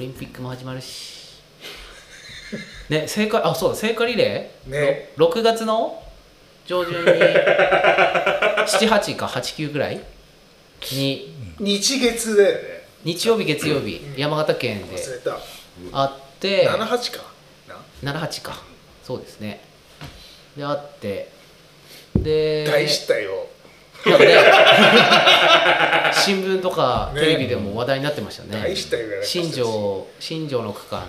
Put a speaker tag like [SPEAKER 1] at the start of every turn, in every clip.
[SPEAKER 1] リンピックも始まるしね聖火あそうだ聖火リレー、
[SPEAKER 2] ね
[SPEAKER 1] ろ6月の上旬に78か89ぐらいに
[SPEAKER 2] 日月だよね
[SPEAKER 1] 日曜日月曜日、
[SPEAKER 2] うん
[SPEAKER 1] 山形県で
[SPEAKER 2] 忘れた、
[SPEAKER 1] あって
[SPEAKER 2] 78かな
[SPEAKER 1] 78かそうですねであってで
[SPEAKER 2] 大失態を
[SPEAKER 1] なんかね新聞とか
[SPEAKER 2] ね
[SPEAKER 1] テレビでも話題になってましたね
[SPEAKER 2] 大失態をやらかしたし
[SPEAKER 1] 新庄新庄の区間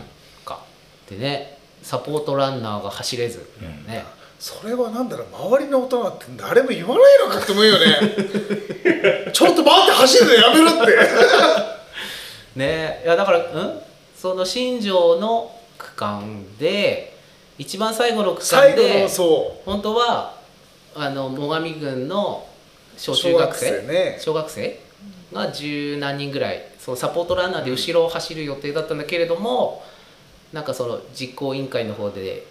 [SPEAKER 1] かでねサポートランナーが走れず、ね
[SPEAKER 2] それはなんだろう周りの大人って誰も言わないのかって思 うよねちょっと待って走るのやめろって
[SPEAKER 1] ねいやだからうんその新庄の区間で一番最後の区間
[SPEAKER 2] 最後
[SPEAKER 1] で
[SPEAKER 2] のそ
[SPEAKER 1] 本当はあの最上郡の
[SPEAKER 2] う
[SPEAKER 1] 小中学生
[SPEAKER 2] 小ね
[SPEAKER 1] 小学生が十何人ぐらいそのサポートランナーで後ろを走る予定だったんだけれども、なんかその実行委員会の方で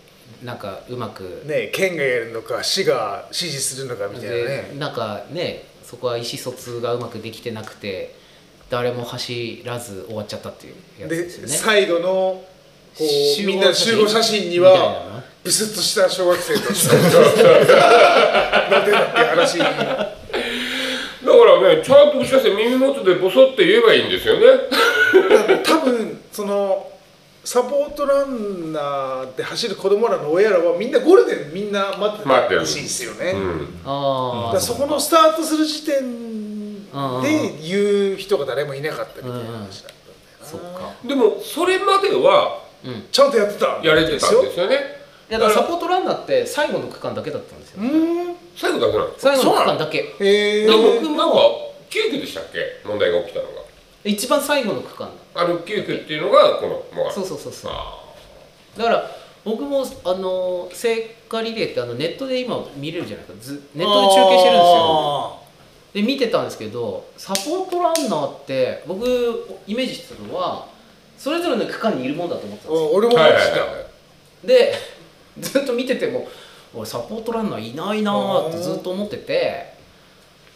[SPEAKER 1] なんかうまく、
[SPEAKER 2] ね県がやるのか市が指示するのかみたいな
[SPEAKER 1] で
[SPEAKER 2] ね
[SPEAKER 1] なんかねそこは意思疎通がうまくできてなくて誰も走らず終わっちゃったっていうやつ
[SPEAKER 2] で
[SPEAKER 1] ですよね。
[SPEAKER 2] 最後のこうみんな集合写真に
[SPEAKER 1] みたいなの
[SPEAKER 2] は
[SPEAKER 1] が
[SPEAKER 2] ブスッとした小学生と なんでだって話に
[SPEAKER 3] だからねちゃんと後ろして耳元でボソって言えばいいんですよね
[SPEAKER 2] 多分そのサポートランナーで走る子供らの親らはみんなゴールデンみんな待って
[SPEAKER 3] 待って
[SPEAKER 2] た
[SPEAKER 3] る
[SPEAKER 2] らしいんですよね、
[SPEAKER 3] うん
[SPEAKER 1] あー
[SPEAKER 2] だからそこのスタートする時点で
[SPEAKER 1] うんうん
[SPEAKER 2] 言う人が誰もいなかったみたいな話だった
[SPEAKER 1] そ
[SPEAKER 2] ん
[SPEAKER 1] っ
[SPEAKER 2] だよな
[SPEAKER 1] か、
[SPEAKER 3] でもそれまでは
[SPEAKER 1] うん、い
[SPEAKER 2] ちゃんとやってた
[SPEAKER 3] やれてたんですよね
[SPEAKER 1] やだからサポートランナーって最後の区間だけだったんです
[SPEAKER 2] う
[SPEAKER 1] よ、
[SPEAKER 2] ーん
[SPEAKER 3] 最後だけなんです
[SPEAKER 1] 最後の区間だけ
[SPEAKER 2] え
[SPEAKER 3] で僕
[SPEAKER 2] ー、
[SPEAKER 3] なんか急遽でしたっけ問題が起きたのが
[SPEAKER 1] 一番最後の区間だ
[SPEAKER 3] あの急遽っていうのがこのも
[SPEAKER 1] そうそうそうそう
[SPEAKER 3] あ
[SPEAKER 1] だから僕もあの聖火リレーってあのネットで今見れるじゃないですかずネットで中継してるんですよ
[SPEAKER 2] あ
[SPEAKER 1] で見てたんですけどサポートランナーって僕イメージしてたのはそれぞれの区間にいるもんだと思ってたん
[SPEAKER 2] ー
[SPEAKER 1] ですよ
[SPEAKER 2] 俺も
[SPEAKER 3] ー
[SPEAKER 2] 思っ
[SPEAKER 3] はいはい
[SPEAKER 2] てた、
[SPEAKER 3] はい
[SPEAKER 1] で ずっと見てても俺サポートランナーいないなーってずっと思ってて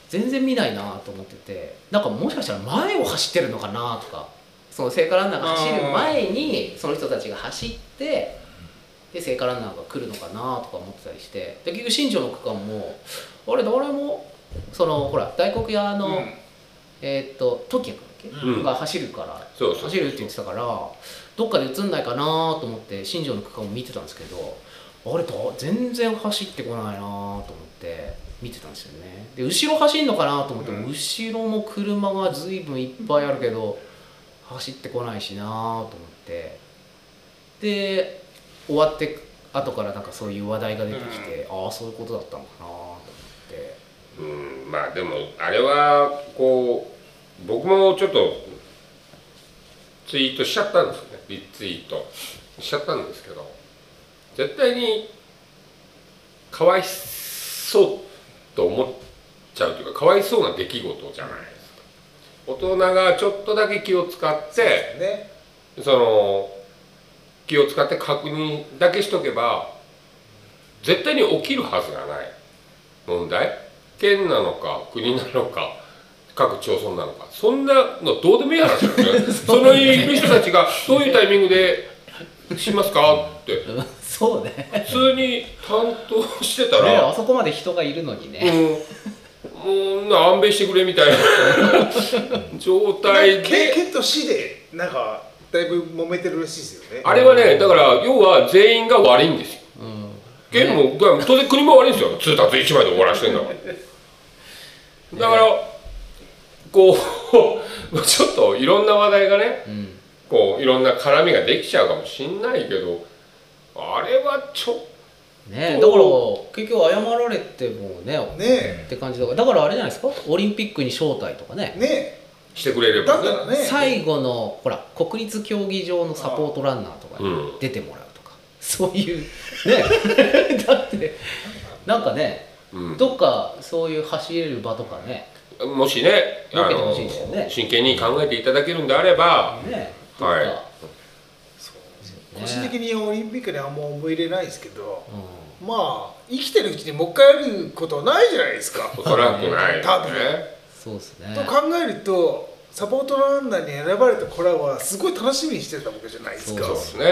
[SPEAKER 1] 全然見ないなーと思っててなんかもしかしたら前を走ってるのかなーとかその聖火ランナーが走る前にその人たちが走ってで聖火ランナーが来るのかなーとか思ってたりしてで結局新庄の区間もあれ誰もそのほら大黒屋の、
[SPEAKER 2] うん
[SPEAKER 1] えーっと時矢君だっけ、
[SPEAKER 3] うん
[SPEAKER 1] が走るから
[SPEAKER 3] そうそう
[SPEAKER 1] 走るって言ってたからどっかで映んないかなと思って新庄の区間を見てたんですけどあれだ全然走ってこないなと思って見てたんですよねで後ろ走んのかなと思って、
[SPEAKER 2] うん
[SPEAKER 1] 後ろも車が随分いっぱいあるけど走ってこないしなと思ってで終わって後からなんかそういう話題が出てきて、ああそういうことだったのかなと思って
[SPEAKER 3] うんまあでもあれはこう僕もちょっとツイートしちゃったんですねリツイートしちゃったんですけど絶対にかわいそうと思っちゃうというかかわいそうな出来事じゃないですか大人がちょっとだけ気を使って
[SPEAKER 2] ね
[SPEAKER 3] その気を使って確認だけしとけば絶対に起きるはずがない問題県なのか国なのか各町村なのかそんなのどうでもいい話なんですよ そのいる人たちがどういうタイミングでしますかって
[SPEAKER 1] うん そうねね
[SPEAKER 3] 普通に担当してたら
[SPEAKER 1] あそこまで人がいるのにね、
[SPEAKER 3] うんもうな安弁してくれみたいな 状態で
[SPEAKER 2] 経験と市でなんかだいぶ揉めてるらしいですよね
[SPEAKER 3] あれはねだから要は全員が悪いんですよ
[SPEAKER 1] うん
[SPEAKER 3] 県も、だから当然国も悪いんですよ通達1枚で終わらしてんだからだからこう ちょっといろんな話題がね
[SPEAKER 1] うん
[SPEAKER 3] こういろんな絡みができちゃうかもしんないけどあれはちょっ
[SPEAKER 1] ねだ
[SPEAKER 3] そ
[SPEAKER 1] か
[SPEAKER 3] う
[SPEAKER 1] ら結局謝られてもね
[SPEAKER 2] ねえ
[SPEAKER 1] って感じだからだからあれじゃないですかオリンピックに招待とかね
[SPEAKER 2] ね
[SPEAKER 3] としてくれれ
[SPEAKER 2] えだ
[SPEAKER 3] ば
[SPEAKER 2] っ
[SPEAKER 3] ね
[SPEAKER 2] たらね
[SPEAKER 1] 最後のほら国立競技場のサポートランナーとか
[SPEAKER 3] う
[SPEAKER 1] に
[SPEAKER 3] ん
[SPEAKER 1] 出てもらうとか、そういうね だってなんかね
[SPEAKER 3] う
[SPEAKER 1] どっかそういう走れる場とかね
[SPEAKER 3] ん、もしね
[SPEAKER 1] 受けてほしいですよね
[SPEAKER 3] 真剣に考えていただけるんであれば、
[SPEAKER 1] ねどっか、
[SPEAKER 3] はい
[SPEAKER 2] 個人的にオリンピックにはあんま思い入れないですけど
[SPEAKER 1] うん
[SPEAKER 2] まあ生きてるうちにもう一回やることはないじゃないですか
[SPEAKER 3] おそらくないよね
[SPEAKER 2] 多分
[SPEAKER 1] そうですね
[SPEAKER 2] と考えるとサポートランナーに選ばれた子らはすごい楽しみにしてたわけじゃないですか
[SPEAKER 3] そう
[SPEAKER 2] わ
[SPEAKER 3] ですね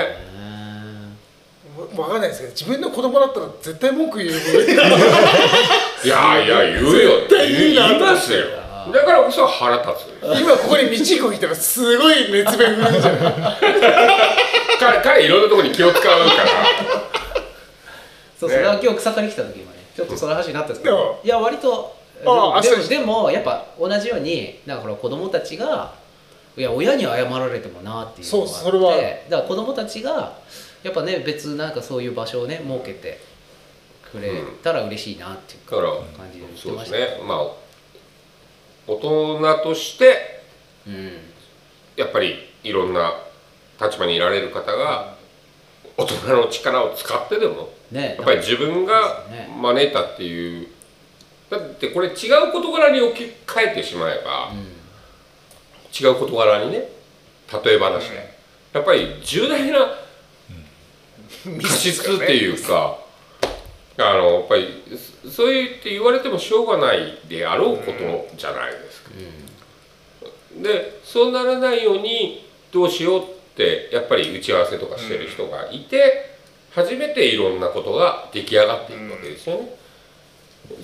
[SPEAKER 2] わかんないですけど自分の子供だったら絶対文句言うよ
[SPEAKER 3] いやいや言うよ
[SPEAKER 1] 対言うな
[SPEAKER 3] 言いますよだからこそ腹立つんですよ
[SPEAKER 2] 今ここに道彦来たらすごい熱弁振るんじゃない
[SPEAKER 3] 彼彼いろんなところに気を使うから
[SPEAKER 1] そうそれは今日草刈り来た時もねちょっとその話になったんですけ
[SPEAKER 2] で
[SPEAKER 1] ど
[SPEAKER 2] も
[SPEAKER 1] いや割とで
[SPEAKER 2] あ
[SPEAKER 1] も
[SPEAKER 2] あ
[SPEAKER 1] で
[SPEAKER 2] そうで
[SPEAKER 1] も
[SPEAKER 2] す
[SPEAKER 1] でもやっぱ同じようになんかほら子供たちがいや親に謝られてもなっていうのがあって
[SPEAKER 2] そうそれは
[SPEAKER 1] だから子供たちがやっぱね別なんかそういう場所をね設けてくれたら嬉しいなっていうか、
[SPEAKER 3] だから
[SPEAKER 1] 感じで言って
[SPEAKER 3] そう
[SPEAKER 1] ま
[SPEAKER 3] です
[SPEAKER 1] した
[SPEAKER 3] ねまあ大人として
[SPEAKER 1] うん
[SPEAKER 3] やっぱりいろんな立場にいられる方が大人の力を使ってでも
[SPEAKER 1] ね
[SPEAKER 3] やっぱり自分が招いたっていうだってこれ違う事柄に置き換えてしまえば
[SPEAKER 1] う
[SPEAKER 3] 違う事柄にね例え話でやっぱり重大な過失っていうかあのやっぱりそそう言って言われてもしょうがないであろうことじゃないですか。でそうならないようにどうしようってやっぱり打ち合わせとかしてる人がいて、初めていろんなことが出来上がっていくわけですよね。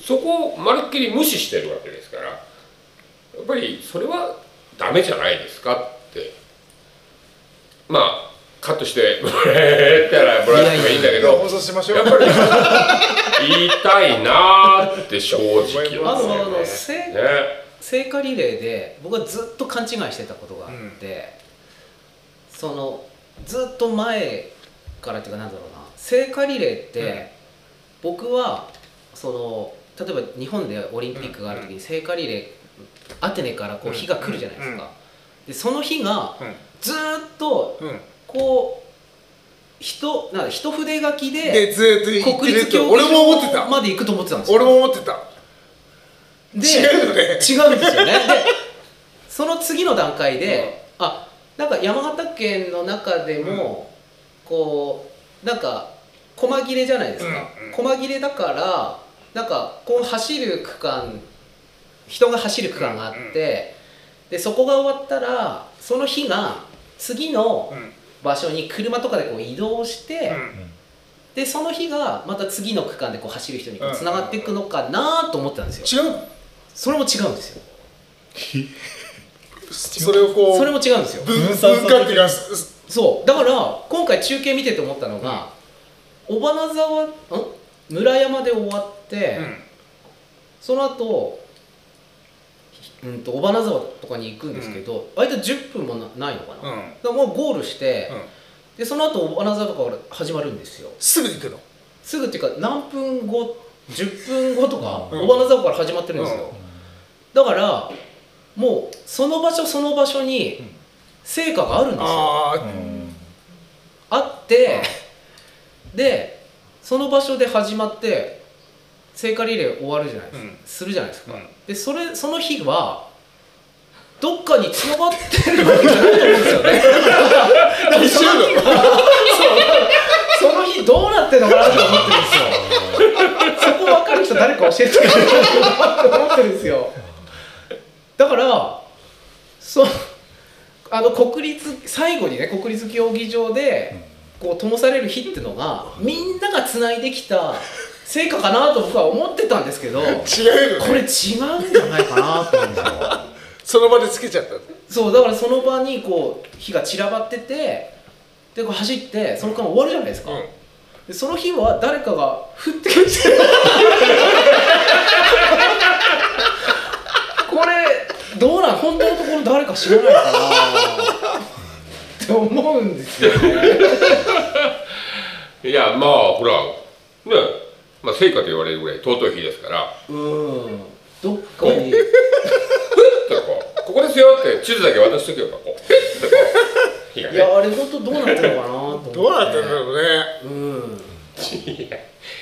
[SPEAKER 3] そこをまるっきり無視してるわけですからやっぱりそれはダメじゃないですかってまあカットして もらえたらもらってもいいんだけど
[SPEAKER 2] 放送しましょう
[SPEAKER 3] やっぱり言いたいなーって正直です
[SPEAKER 1] ん、あのあ
[SPEAKER 3] よ
[SPEAKER 1] の
[SPEAKER 3] ね。
[SPEAKER 1] 聖
[SPEAKER 3] ね
[SPEAKER 1] 聖火リレーで僕はずっと勘違いしてたことがあって、そのずっと前からっていうかなんだろうな聖火リレーって、僕はその例えば日本でオリンピックがある時に聖火リレーアテネからこう日が来るじゃないですか、
[SPEAKER 2] うん
[SPEAKER 1] でその日がずっと
[SPEAKER 2] うん、うん、
[SPEAKER 1] こう人なんか一筆書き
[SPEAKER 2] で
[SPEAKER 1] で
[SPEAKER 2] ずーっと言って
[SPEAKER 1] 国
[SPEAKER 2] る
[SPEAKER 1] 立
[SPEAKER 2] って
[SPEAKER 1] 競技
[SPEAKER 2] 俺も思ってた
[SPEAKER 1] 場まで行くと思ってたんですよ
[SPEAKER 2] 俺も思ってた
[SPEAKER 1] で
[SPEAKER 2] 違うよね
[SPEAKER 1] 違うんです よねでその次の段階で、あなんか山形県の中でも、こうなんか細切れじゃないですか、
[SPEAKER 2] うんうん
[SPEAKER 1] 細切れだからなんかこう走る区間人が走る区間があって、
[SPEAKER 2] うんうん
[SPEAKER 1] でそこが終わったらその日が次の
[SPEAKER 2] うんうん
[SPEAKER 1] 場所に車とかでこう移動して、でその日がまた次の区間でこう走る人につながっていくのかなと思ってたんですよ、
[SPEAKER 2] 違う
[SPEAKER 1] それも違うんですよ
[SPEAKER 2] それをこう
[SPEAKER 1] それも違うんですよ
[SPEAKER 2] 分
[SPEAKER 4] 分
[SPEAKER 2] 分
[SPEAKER 4] 散させて
[SPEAKER 2] 化っていうかすす
[SPEAKER 1] そうだから今回中継見てて思ったのが、尾花沢ん村山で終わって、その後うんと尾花沢とかに行くんですけど、間10分もなないのかな、
[SPEAKER 2] う
[SPEAKER 1] だか
[SPEAKER 2] ん
[SPEAKER 1] らもうゴールして、
[SPEAKER 2] うん
[SPEAKER 1] でその後尾花沢とかから始まるんですよ
[SPEAKER 2] すぐ行くの
[SPEAKER 1] すぐっていうか何分後10分後とか
[SPEAKER 2] うん
[SPEAKER 1] 尾花沢から始まってるんですよ、だからもうその場所その場所に成果があるんですよ、
[SPEAKER 2] あ
[SPEAKER 4] う
[SPEAKER 2] あ
[SPEAKER 4] ん
[SPEAKER 1] あってでその場所で始まって聖火リレー終わるじゃないですか、
[SPEAKER 2] うん
[SPEAKER 1] するじゃないですか、
[SPEAKER 2] うん
[SPEAKER 1] でそれその日はどっかに繋がってるわけじゃないと思うんですよねだからその日がそうその日どうなってるのかなと思ってるんですよそこ分かる人誰か教えてくれると思ってるんですよだからそうあの国立最後にね国立競技場でこう灯される日ってのがみんながつないできた成果かなと僕は思ってたんですけどこ
[SPEAKER 2] 違うのね
[SPEAKER 1] れ違うんじゃないかなと思うんですよ
[SPEAKER 2] その場でつけちゃった
[SPEAKER 1] そうだからその場にこう火が散らばっててでこう走ってその間終わるじゃないですか、
[SPEAKER 2] うん
[SPEAKER 1] でその日は誰かが降ってきてこれどうなん本当のところ誰か知らないかなって思うんですよね
[SPEAKER 3] いやまあほらねまあ成果と言われるぐらい尊い日ですから
[SPEAKER 1] うんどっか に
[SPEAKER 3] だからこうここですよって地図だけ渡しとけばこうペッてこう火が
[SPEAKER 1] いや
[SPEAKER 3] ね
[SPEAKER 1] あれ本当どうなってるのかなと思って
[SPEAKER 2] どうなってんだろうね
[SPEAKER 1] うん
[SPEAKER 3] いや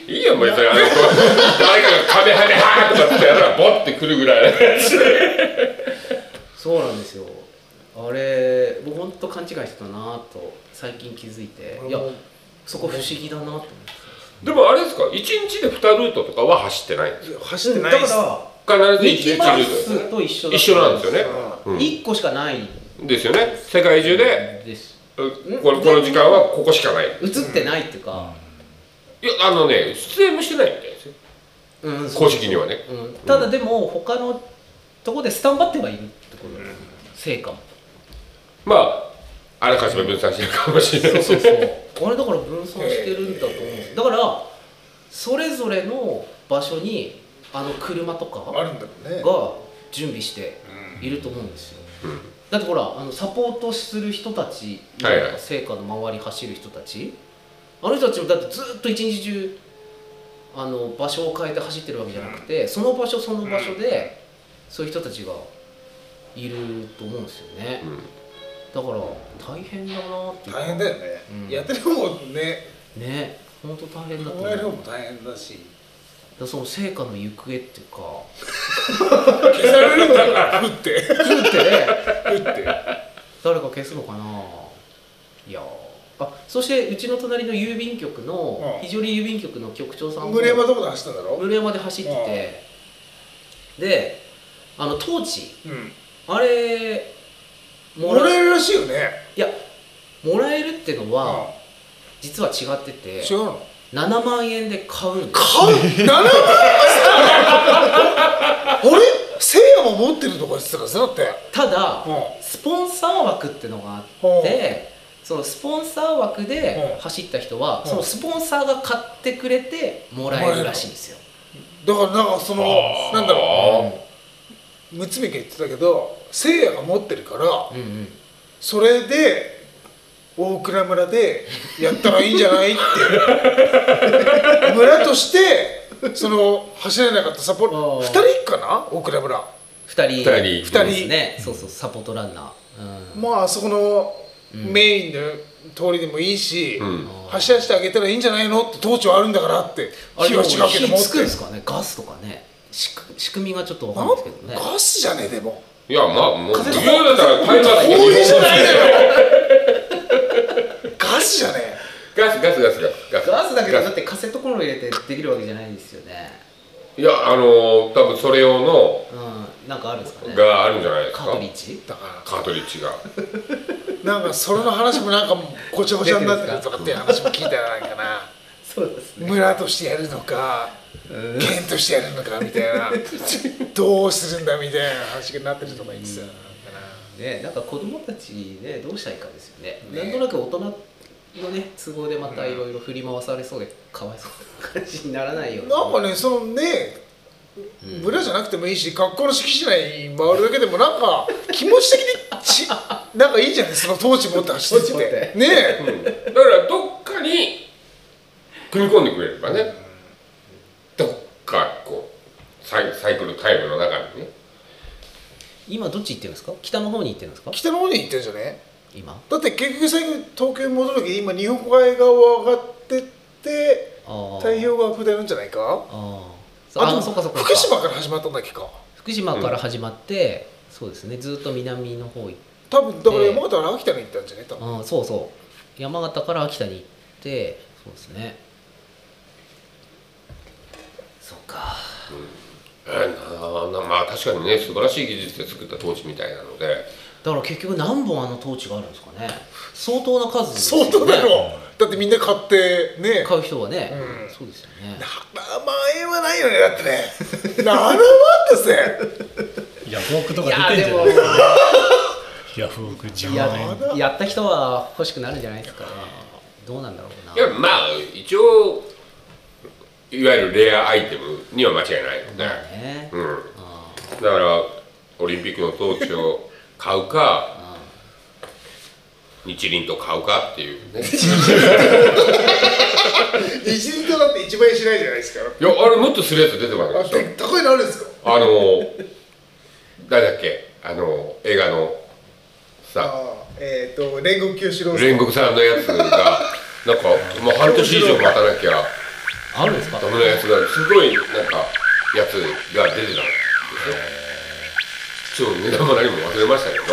[SPEAKER 3] いいよ別にあのこう誰かが壁跳ねはーとかってやったらボッてくるぐらい
[SPEAKER 1] そうなんですよあれ僕本当勘違いしてたなと最近気づいていやそこ不思議だなと思って
[SPEAKER 3] でもあれですか1日で2ルートとかは走ってないんです
[SPEAKER 2] 走って
[SPEAKER 1] だ
[SPEAKER 2] ない
[SPEAKER 1] か
[SPEAKER 2] っす
[SPEAKER 1] ら
[SPEAKER 3] 必ず
[SPEAKER 1] ミッキ
[SPEAKER 3] 1日ル
[SPEAKER 1] ーマウ
[SPEAKER 3] ートです
[SPEAKER 1] スと一緒だ
[SPEAKER 3] 一緒なんですよね
[SPEAKER 2] うん
[SPEAKER 3] うん
[SPEAKER 1] 1個しかない
[SPEAKER 3] ですよね世界中で
[SPEAKER 1] です
[SPEAKER 3] う
[SPEAKER 1] うん
[SPEAKER 3] このこの時間はここしかない
[SPEAKER 1] 映ってないっていうか、
[SPEAKER 3] いやあのね出演もしてないみたいですよ
[SPEAKER 1] うんそう
[SPEAKER 3] 公式にはね
[SPEAKER 1] うんただでも他のとこでスタンバってはいるってことだよね成果も
[SPEAKER 3] まああらかじめ分散してるかもしれない
[SPEAKER 1] そう
[SPEAKER 3] です
[SPEAKER 1] そう そうあれだから分散してるんだと思うだからそれぞれの場所にあの車とか
[SPEAKER 2] あるんだろうね
[SPEAKER 1] が準備していると思うんですよ、だってほらあのサポートする人たち
[SPEAKER 3] はいはい
[SPEAKER 1] 成果の周り走る人たちあの人たちもだってずっと一日中あの場所を変えて走ってるわけじゃなくて、その場所その場所で、そういう人たちがいると思うんですよね、だから大変だなっていう
[SPEAKER 2] 大変だよね、
[SPEAKER 1] うん
[SPEAKER 2] やってる方もね
[SPEAKER 1] ね本当大変だと思
[SPEAKER 2] 考
[SPEAKER 1] う
[SPEAKER 2] え
[SPEAKER 1] だ
[SPEAKER 2] る
[SPEAKER 1] か
[SPEAKER 2] 方も大変だし
[SPEAKER 1] らその成果の行方っていうか
[SPEAKER 2] 消されるんだから打って
[SPEAKER 1] 食ってね
[SPEAKER 2] 打って
[SPEAKER 1] 誰か消すのかないやーあそしてうちの隣の郵便局の
[SPEAKER 2] うん
[SPEAKER 1] 非常に郵便局の局長さんも
[SPEAKER 2] 村山とこで走ったんだろ
[SPEAKER 1] 村山で走っててであのトーチ
[SPEAKER 2] うん
[SPEAKER 1] あれも
[SPEAKER 2] も
[SPEAKER 1] ら
[SPEAKER 2] ら
[SPEAKER 1] え
[SPEAKER 2] えるらしいよね
[SPEAKER 1] いやもらえるってのは
[SPEAKER 2] あ
[SPEAKER 1] 実は違ってて
[SPEAKER 2] 違うの
[SPEAKER 1] 7万円で買うんです
[SPEAKER 2] 買う7万円もしたのあれせいやも持ってるとか言ってたからさだって
[SPEAKER 1] ただ
[SPEAKER 2] う
[SPEAKER 1] スポンサー枠ってのがあってそのスポンサー枠で
[SPEAKER 2] うん
[SPEAKER 1] 走った人は
[SPEAKER 2] うん
[SPEAKER 1] そのスポンサーが買ってくれてもらえるらしいんですよ
[SPEAKER 2] だからなんかその
[SPEAKER 3] あー
[SPEAKER 2] なんだ
[SPEAKER 3] う
[SPEAKER 2] ろ
[SPEAKER 3] ん
[SPEAKER 2] うむつみが言ってたけどせいやが持ってるか
[SPEAKER 1] う
[SPEAKER 2] ら
[SPEAKER 1] んうん
[SPEAKER 2] それで大蔵村でやったらいいんじゃないって 村としてその走れなかったサポ
[SPEAKER 1] あー
[SPEAKER 2] 2人かな大蔵村
[SPEAKER 1] 二人
[SPEAKER 3] 二人
[SPEAKER 1] そうですねそうそうサポートランナー、うん
[SPEAKER 2] まああそこのメインの通りでもいいし、
[SPEAKER 3] うん
[SPEAKER 2] 走らせてあげたらいいんじゃないのって当地はあるんだからって
[SPEAKER 1] あれ
[SPEAKER 2] 火
[SPEAKER 1] で
[SPEAKER 2] は
[SPEAKER 1] も
[SPEAKER 2] 違うけ
[SPEAKER 1] 火
[SPEAKER 2] ど持っ
[SPEAKER 1] つくん
[SPEAKER 2] て
[SPEAKER 1] ですかねガスとかね仕組仕組みがちょっとわかんないですけどね
[SPEAKER 2] ガスじゃねえでも
[SPEAKER 3] いやまあもう自
[SPEAKER 2] 風
[SPEAKER 3] 由だから買いますけど
[SPEAKER 2] 氷じゃないだろガスじゃね
[SPEAKER 3] ガスガスガスガスガス
[SPEAKER 1] ガスだけど
[SPEAKER 3] ガ
[SPEAKER 1] だってカセットコンロ入れてできるわけじゃないですよね
[SPEAKER 3] いやあのー多分それ用の
[SPEAKER 1] うんなんかあるんですかね
[SPEAKER 3] があるんじゃないです
[SPEAKER 1] カ
[SPEAKER 3] か
[SPEAKER 1] ートリッジ
[SPEAKER 2] えだか
[SPEAKER 3] カートリッジが
[SPEAKER 2] らなんかそれの話もなんかもうごちゃごちゃになってるとかっていう話も聞いたらなんかな
[SPEAKER 1] そうですね
[SPEAKER 2] 村としてやるのか県としてやるのかみたいなどうするんだみたいな話になってるとか言ってたらなんか
[SPEAKER 1] ねなんか子供たちねどうしたらいいかですよねな
[SPEAKER 2] ね
[SPEAKER 1] んとなく大人のね都合でまたいろいろ振り回されそうでかわいそうな感じにならないように
[SPEAKER 2] ななんかねそのね
[SPEAKER 1] うん
[SPEAKER 2] 村じゃなくてもいいし学校の敷地内回るだけでもなんか気持ち的 にちなんかいいじゃないその当時持って走ってっ
[SPEAKER 1] 当時持って
[SPEAKER 2] てねえ
[SPEAKER 3] うんだからどっかに組み込んでくれればねどっかこうサイサイクルタイムの中にね
[SPEAKER 1] 今どっち行ってるんですか北の方に行ってるんですか
[SPEAKER 2] 北の方に行ってるじゃね
[SPEAKER 1] 今
[SPEAKER 2] だって結局最近東京に戻る時今日本海側上がってって
[SPEAKER 1] あー
[SPEAKER 2] 太平洋側下るんじゃないか
[SPEAKER 1] あー
[SPEAKER 2] あ
[SPEAKER 1] あ
[SPEAKER 2] と
[SPEAKER 1] あそっかそっか
[SPEAKER 2] 福島から始まったんだっけか
[SPEAKER 1] 福島から始まって、そうですねずっと南の方行っ
[SPEAKER 2] 多分だから山形から秋田に行ったんじゃね多分
[SPEAKER 1] ああそうそう山形から秋田に行ってそうですねそっか
[SPEAKER 3] えーななまあ確かにね素晴らしい技術で作った当時みたいなので
[SPEAKER 1] だから結局何本あの統治があるんですかね相当な数ですよね
[SPEAKER 2] 相当だろだってみんな買ってね
[SPEAKER 1] 買う人はね、
[SPEAKER 2] うん
[SPEAKER 1] そうですよね
[SPEAKER 2] 7万円はないよねだってね7万ですね
[SPEAKER 4] ヤフオクと
[SPEAKER 1] い
[SPEAKER 4] か
[SPEAKER 1] や
[SPEAKER 4] 出てん
[SPEAKER 1] で
[SPEAKER 4] じゃな
[SPEAKER 1] も
[SPEAKER 4] いヤフオク10万円
[SPEAKER 1] ややった人は欲しくなるんじゃないですかねどうなんだろうない
[SPEAKER 3] やまあ一応いわゆるレアアイテムには間違いないので、
[SPEAKER 1] ね
[SPEAKER 3] うん、
[SPEAKER 1] あー
[SPEAKER 3] だからオリンピックのトーチを買うか
[SPEAKER 1] あ
[SPEAKER 3] 日輪と買うかっていうねい
[SPEAKER 2] 一輪とだって1倍しないじゃないですか
[SPEAKER 3] やあれもっとするやつ出てま
[SPEAKER 2] あ
[SPEAKER 3] すよ
[SPEAKER 2] 高いのあるんですか
[SPEAKER 3] あの誰だっけあの映画のさ
[SPEAKER 2] あーえっ、と煉獄清志郎さん
[SPEAKER 3] 煉獄さんのやつ がなんかもう半年以上待たなきゃ
[SPEAKER 1] ーあるんですか
[SPEAKER 3] ダメなやつがすごいなんかやつが出てたんですよちょっと値段も何も忘れましたけど